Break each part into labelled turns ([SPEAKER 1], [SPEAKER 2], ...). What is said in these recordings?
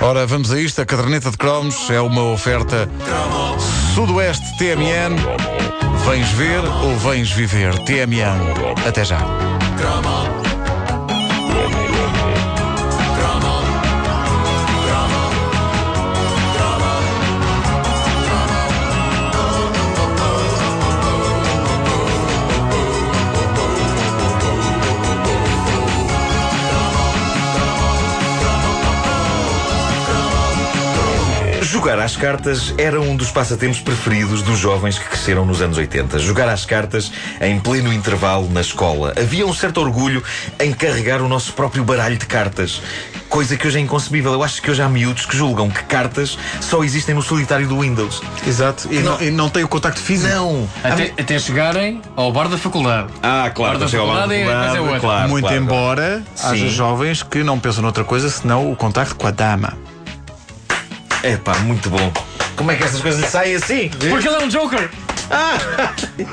[SPEAKER 1] Ora, vamos a isto. A caderneta de cromos é uma oferta Sudoeste TMN. Vens ver ou vens viver? TMN. Até já.
[SPEAKER 2] Jogar às cartas era um dos passatempos preferidos dos jovens que cresceram nos anos 80. Jogar às cartas em pleno intervalo na escola. Havia um certo orgulho em carregar o nosso próprio baralho de cartas. Coisa que hoje é inconcebível. Eu acho que hoje há miúdos que julgam que cartas só existem no solitário do Windows. Então,
[SPEAKER 1] Exato. E não, e não tem o contacto físico.
[SPEAKER 2] Não!
[SPEAKER 3] Até, até chegarem ao bar da faculdade.
[SPEAKER 2] Ah, claro,
[SPEAKER 3] Ora, da
[SPEAKER 2] chega lá
[SPEAKER 3] faculdade é- mas é outra.
[SPEAKER 2] claro,
[SPEAKER 1] Muito
[SPEAKER 2] claro, claro.
[SPEAKER 1] embora haja
[SPEAKER 2] Sim.
[SPEAKER 1] jovens que não pensam noutra coisa senão o contacto com a dama.
[SPEAKER 2] É pá, muito bom. Como é que estas coisas saem assim?
[SPEAKER 3] Porque ele é um Joker!
[SPEAKER 2] Ah!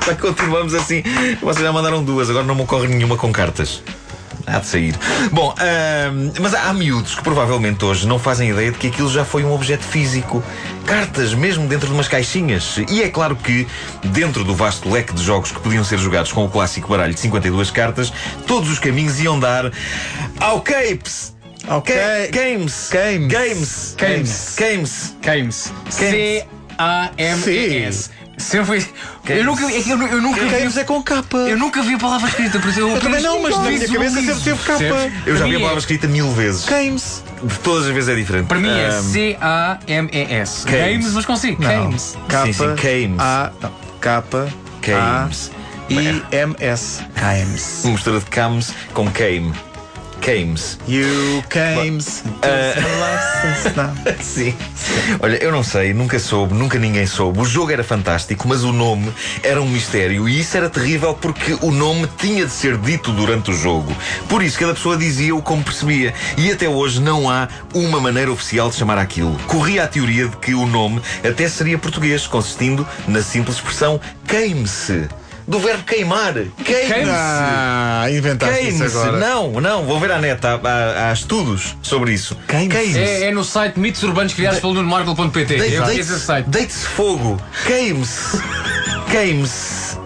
[SPEAKER 2] Vai, continuamos assim. Vocês já mandaram duas, agora não me ocorre nenhuma com cartas. Há de sair. Bom, ahm, mas há, há miúdos que provavelmente hoje não fazem ideia de que aquilo já foi um objeto físico. Cartas, mesmo dentro de umas caixinhas. E é claro que, dentro do vasto leque de jogos que podiam ser jogados com o clássico baralho de 52 cartas, todos os caminhos iam dar ao Capes!
[SPEAKER 1] Ao
[SPEAKER 2] Ca-
[SPEAKER 1] ca-
[SPEAKER 2] Games!
[SPEAKER 1] Games.
[SPEAKER 2] Games!
[SPEAKER 3] Games.
[SPEAKER 2] Games!
[SPEAKER 3] Games. C-A-M-E-S. Sempre foi. Eu nunca, é que eu, nu- eu nunca
[SPEAKER 1] Games
[SPEAKER 3] vi.
[SPEAKER 1] é com capa.
[SPEAKER 3] Eu nunca vi a palavra escrita, por isso eu,
[SPEAKER 1] também não, mas na minha
[SPEAKER 3] visualizo.
[SPEAKER 1] cabeça sempre teve capa.
[SPEAKER 3] Percebes?
[SPEAKER 2] Eu já
[SPEAKER 3] Para
[SPEAKER 2] vi a
[SPEAKER 3] mim é-
[SPEAKER 2] palavra escrita mil vezes.
[SPEAKER 1] Games.
[SPEAKER 2] De todas as vezes é diferente.
[SPEAKER 3] Para mim é
[SPEAKER 2] Ahm,
[SPEAKER 3] C-A-M-E-S.
[SPEAKER 2] Games.
[SPEAKER 3] Games, mas consigo. Games.
[SPEAKER 1] Capa.
[SPEAKER 2] Sim, sim, Games.
[SPEAKER 1] A. não, Capa.
[SPEAKER 2] Games.
[SPEAKER 1] A. I. M. S. Games.
[SPEAKER 2] Uma mistura de cams com came. Cames.
[SPEAKER 1] You games.
[SPEAKER 2] eh, Sim. Olha, eu não sei, nunca soube, nunca ninguém soube. O jogo era fantástico, mas o nome era um mistério e isso era terrível porque o nome tinha de ser dito durante o jogo. Por isso, cada pessoa dizia-o como percebia. E até hoje não há uma maneira oficial de chamar aquilo. Corria a teoria de que o nome até seria português, consistindo na simples expressão queime-se. Do verbo queimar. Queime-se.
[SPEAKER 1] Ah, inventaste isso
[SPEAKER 2] Queime-se.
[SPEAKER 1] agora.
[SPEAKER 2] Não, não, vou ver à net. Há, há- há estudos sobre isso.
[SPEAKER 1] Queime-se.
[SPEAKER 3] É, é no site mitos urbanos criados pelo nunomarco.pt.
[SPEAKER 2] Deite-
[SPEAKER 3] Eu acho que esse é o
[SPEAKER 2] Deite-se
[SPEAKER 3] site.
[SPEAKER 2] deite-se fogo. Queime-se. Queime-se.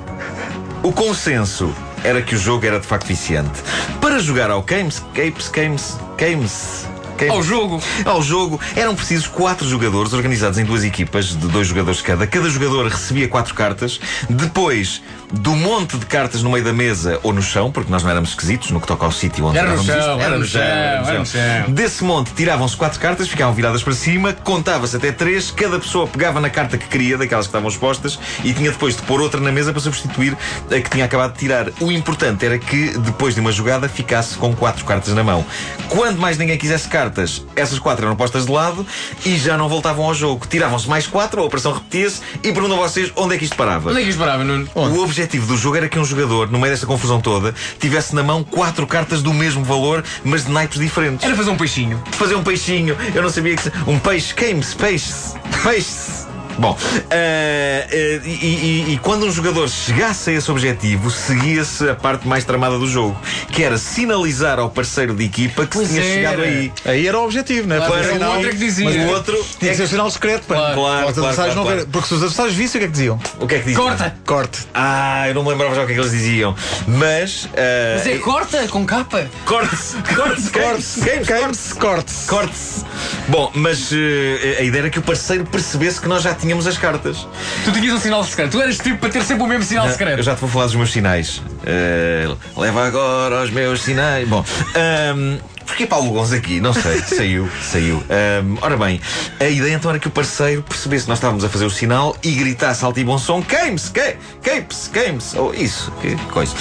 [SPEAKER 2] O consenso era que o jogo era de facto viciante. Para jogar ao Queime-se, Queime-se, Queime-se, Queime-se. queime-se.
[SPEAKER 3] Ao jogo.
[SPEAKER 2] Ao jogo eram precisos quatro jogadores organizados em duas equipas de dois jogadores cada. Cada jogador recebia quatro cartas. Depois do monte de cartas no meio da mesa ou no chão, porque nós não éramos esquisitos no que toca ao sítio onde
[SPEAKER 3] Era no
[SPEAKER 2] jogávamos isto.
[SPEAKER 3] chão, era no chão, era no chão.
[SPEAKER 2] Desse monte tiravam-se quatro cartas, ficavam viradas para cima, contava-se até três, cada pessoa pegava na carta que queria, daquelas que estavam expostas, e tinha depois de pôr outra na mesa para substituir a que tinha acabado de tirar. O importante era que, depois de uma jogada, ficasse com quatro cartas na mão. Quando mais ninguém quisesse cartas, essas quatro eram postas de lado e já não voltavam ao jogo. Tiravam-se mais quatro, a operação repetia-se, e perguntam a vocês onde é que isto parava.
[SPEAKER 3] Onde é que isto parava, Nuno?
[SPEAKER 2] O objetivo do jogo era que um jogador, no meio desta confusão toda, tivesse na mão quatro cartas do mesmo valor, mas de naipes diferentes
[SPEAKER 3] Era fazer um peixinho.
[SPEAKER 2] fazer um peixinho. Eu não sabia que. se- Um peixe. Queime-se, peixe-se, peixe-se. Bom, eh, eh, e, e- e quando um jogador chegasse a esse objetivo, seguia-se a parte mais tramada do jogo, que era sinalizar ao parceiro de equipa que se
[SPEAKER 3] Pois
[SPEAKER 2] tinha
[SPEAKER 3] era.
[SPEAKER 2] chegado aí.
[SPEAKER 1] Aí era o objetivo, não é?
[SPEAKER 3] Claro,
[SPEAKER 1] Fazer
[SPEAKER 3] era o
[SPEAKER 1] sinal-
[SPEAKER 3] outro é que dizia.
[SPEAKER 2] Mas o
[SPEAKER 3] Sim.
[SPEAKER 2] um outro.
[SPEAKER 1] Tinha que ser um sinal secreto para,
[SPEAKER 3] Claro,
[SPEAKER 1] para os
[SPEAKER 2] claro,
[SPEAKER 1] adversários
[SPEAKER 2] claro,
[SPEAKER 1] não
[SPEAKER 2] claro.
[SPEAKER 1] verem. Porque se os adversários vissem, o que é que diziam?
[SPEAKER 2] O que é que dizia?
[SPEAKER 3] Corta!
[SPEAKER 1] Corte.
[SPEAKER 2] Ah, eu não me lembrava já o que é que eles diziam. Mas. eh,
[SPEAKER 3] Mas é corta com capa.
[SPEAKER 2] Corte-se! Corte-se! Corte-se! queime-se,
[SPEAKER 1] Games, corte.
[SPEAKER 2] Corte-se! Bom, mas eh, a ideia era que o parceiro percebesse que nós já tínhamos as cartas.
[SPEAKER 3] Tu tinhas um sinal secreto. Tu eras tipo para ter sempre o mesmo sinal
[SPEAKER 2] Eu
[SPEAKER 3] secreto.
[SPEAKER 2] já te vou falar dos meus sinais. Eh, leva agora os meus sinais. Bom, ahm, porquê Paulo Gonzo aqui? Não sei. Saiu, saiu. Ahm, ora bem, a ideia então era que o parceiro percebesse que nós estávamos a fazer o sinal e gritasse alto e bom som: Queime-se, que- queime-se, queime-se. Ou isso, que coisa.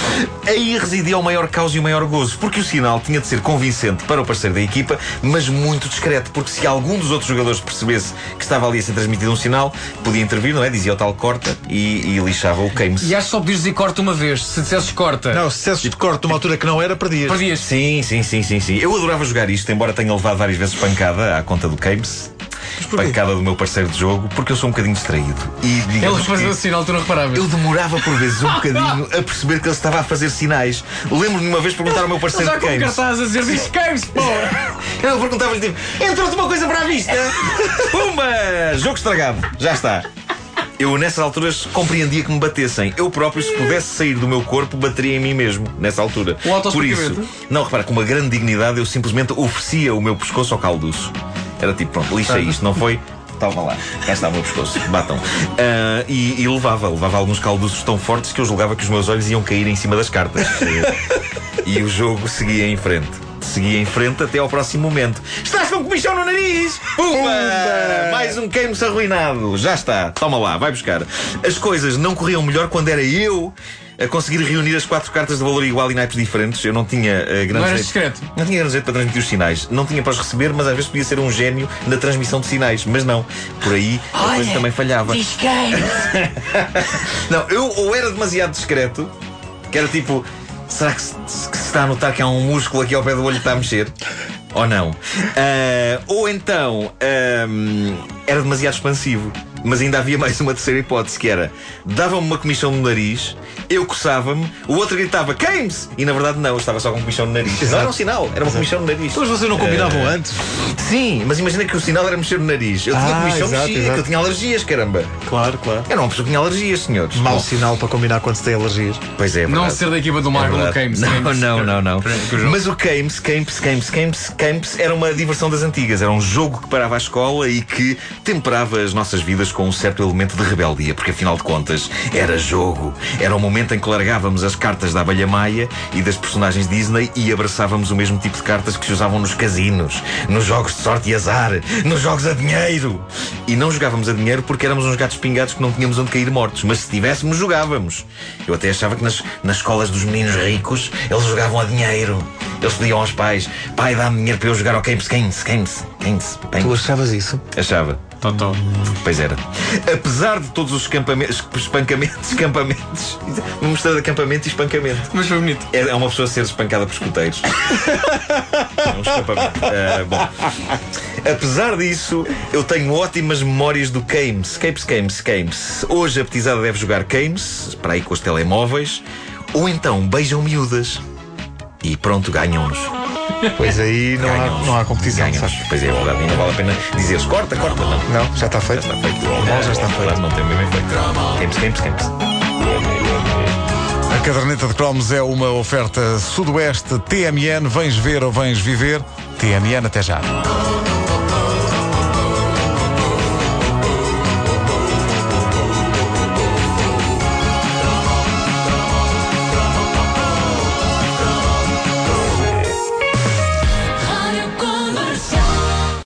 [SPEAKER 2] Aí residia o maior caos e o maior gozo, porque o sinal tinha de ser convincente para o parceiro da equipa, mas muito discreto, porque se algum dos outros jogadores percebesse que estava ali a ser transmitido um sinal, podia intervir, não é? Dizia o tal corta e, e lixava o queime-se.
[SPEAKER 3] E acho que só podias dizer corta uma vez. Se dissesses corta,
[SPEAKER 1] Não, sucessos de corte numa altura que não era, perdias.
[SPEAKER 3] perdias.
[SPEAKER 2] Sim, sim, sim, sim, sim. Eu adorava jogar isto, embora tenha levado várias vezes pancada à conta do Cames.
[SPEAKER 1] porquê?
[SPEAKER 2] pancada do meu parceiro de jogo porque eu sou um bocadinho distraído. E
[SPEAKER 3] Ele
[SPEAKER 2] digamos
[SPEAKER 3] fazia o
[SPEAKER 2] que-
[SPEAKER 3] sinal, tu não reparavas.
[SPEAKER 2] eu demorava por vezes um bocadinho a perceber que ele estava a fazer sinais. Lembro-me de uma vez perguntar ao meu
[SPEAKER 3] Ele
[SPEAKER 2] parceiro
[SPEAKER 3] já
[SPEAKER 2] de
[SPEAKER 3] com um
[SPEAKER 2] games. É
[SPEAKER 3] cartaz a dizer diz games, pô!
[SPEAKER 2] Eu perguntava-lhe tipo: entrou-te uma coisa para a vista? Pumba! Jogo estragado, já está. Eu, nessas alturas, compreendia que me batessem. Eu próprio, se pudesse sair do meu corpo, bateria em mim mesmo, nessa altura.
[SPEAKER 3] Um
[SPEAKER 2] Por
[SPEAKER 3] autoexplicamento.
[SPEAKER 2] isso, não, repara, com uma grande dignidade, eu simplesmente oferecia o meu pescoço ao calduço. Era tipo, pronto, lixa isto, não foi? Toma lá, cá está o meu pescoço, batam. Ah, e, e levava, levava alguns calduços tão fortes que eu julgava que os meus olhos iam cair em cima das cartas. e o jogo seguia em frente. Seguia em frente até ao próximo momento. Estás com comichão no nariz!
[SPEAKER 3] É.
[SPEAKER 2] Pumba! Mais um queimo-se arruinado. Já está. Toma lá, vai buscar. As coisas não corriam melhor quando era eu a conseguir reunir as quatro cartas de valor igual e naipes diferentes. Eu não tinha eh, grande
[SPEAKER 3] Não eras
[SPEAKER 2] jeito.
[SPEAKER 3] discreto.
[SPEAKER 2] Não tinha grande jeito para transmitir os sinais. Não tinha para os receber, mas às vezes podia ser um gênio na transmissão de sinais. Mas não. Por aí a coisa também falhava.
[SPEAKER 4] Diz games.
[SPEAKER 2] Não, eu ou era demasiado discreto, que era tipo, será que se, que se está a notar que há um músculo aqui ao pé do olho que está a mexer? Ou não? Ah, ou então ahm, era demasiado expansivo. Mas ainda havia mais uma terceira hipótese que era dava-me uma comissão no nariz, eu coçava-me, o outro gritava Games! E na verdade não, eu estava só com comissão no nariz. Não era um sinal, era uma comissão no nariz.
[SPEAKER 5] Mas vocês não combinavam antes?
[SPEAKER 2] É. Sim, mas imagina que o sinal era mexer no nariz. Eu tinha
[SPEAKER 5] Ah,
[SPEAKER 2] comissão,
[SPEAKER 5] exato,
[SPEAKER 2] mexia,
[SPEAKER 5] exato.
[SPEAKER 2] que eu tinha alergias, caramba.
[SPEAKER 5] Claro, claro.
[SPEAKER 2] Era uma pessoa que tinha alergias, senhores.
[SPEAKER 5] Mau
[SPEAKER 2] Bom,
[SPEAKER 5] sinal para combinar quando se tem alergias.
[SPEAKER 2] Pois é, é
[SPEAKER 3] Não
[SPEAKER 2] verdade. É
[SPEAKER 3] ser da equipa do Marvel
[SPEAKER 2] verdade.
[SPEAKER 3] ou games.
[SPEAKER 2] Não,
[SPEAKER 3] games.
[SPEAKER 2] não, não, não.
[SPEAKER 3] Que o jogo-
[SPEAKER 2] Mas o Games, Games, Games, Games, Games era uma diversão das antigas. Era um jogo que parava a escola e que temperava as nossas vidas com um certo elemento de rebeldia, porque afinal de contas era jogo. Era o momento em que largávamos as cartas da abelha maia e das personagens Disney e abraçávamos o mesmo tipo de cartas que se usavam nos casinos, nos jogos de sorte e azar, nos jogos a dinheiro. E não jogávamos a dinheiro porque éramos uns gatos pingados que não tínhamos onde cair mortos, mas se tivéssemos, jogávamos. Eu até achava que nas, nas escolas dos meninos ricos eles jogavam a dinheiro. Eles pediam aos pais: pai, dá-me dinheiro para eu jogar ao Games, Games, Games, Games.
[SPEAKER 5] Tu
[SPEAKER 2] Games.
[SPEAKER 5] achavas isso?
[SPEAKER 2] Achava.
[SPEAKER 3] Totó.
[SPEAKER 2] Pois era. Apesar de todos os escampamentos, espancamentos, escampamentos, mistura de acampamento e espancamento.
[SPEAKER 3] Mas foi bonito.
[SPEAKER 2] É é uma pessoa a ser espancada por escuteiros. é um escapamento. Ah, bom. Apesar disso, eu tenho ótimas memórias do Games. Games, Games, Games. Hoje a petizada deve jogar Games, para aí com os telemóveis, ou então beijam miúdas. E pronto, ganham-nos.
[SPEAKER 5] Pois aí não há,
[SPEAKER 2] Ganham-nos.
[SPEAKER 5] não há competição,
[SPEAKER 2] Ganham-nos.
[SPEAKER 5] sabe?
[SPEAKER 2] Pois é, é verdade. Não vale a pena dizeres corta, corta, não.
[SPEAKER 5] Não, já está feito.
[SPEAKER 2] Já está feito.
[SPEAKER 5] Bom, já está
[SPEAKER 2] Ah,
[SPEAKER 5] feito.
[SPEAKER 2] Não tem bem feito. Games, Games, Games.
[SPEAKER 1] A caderneta de cromos é uma oferta sudoeste TMN. Vens ver ou vens viver? TMN, até já.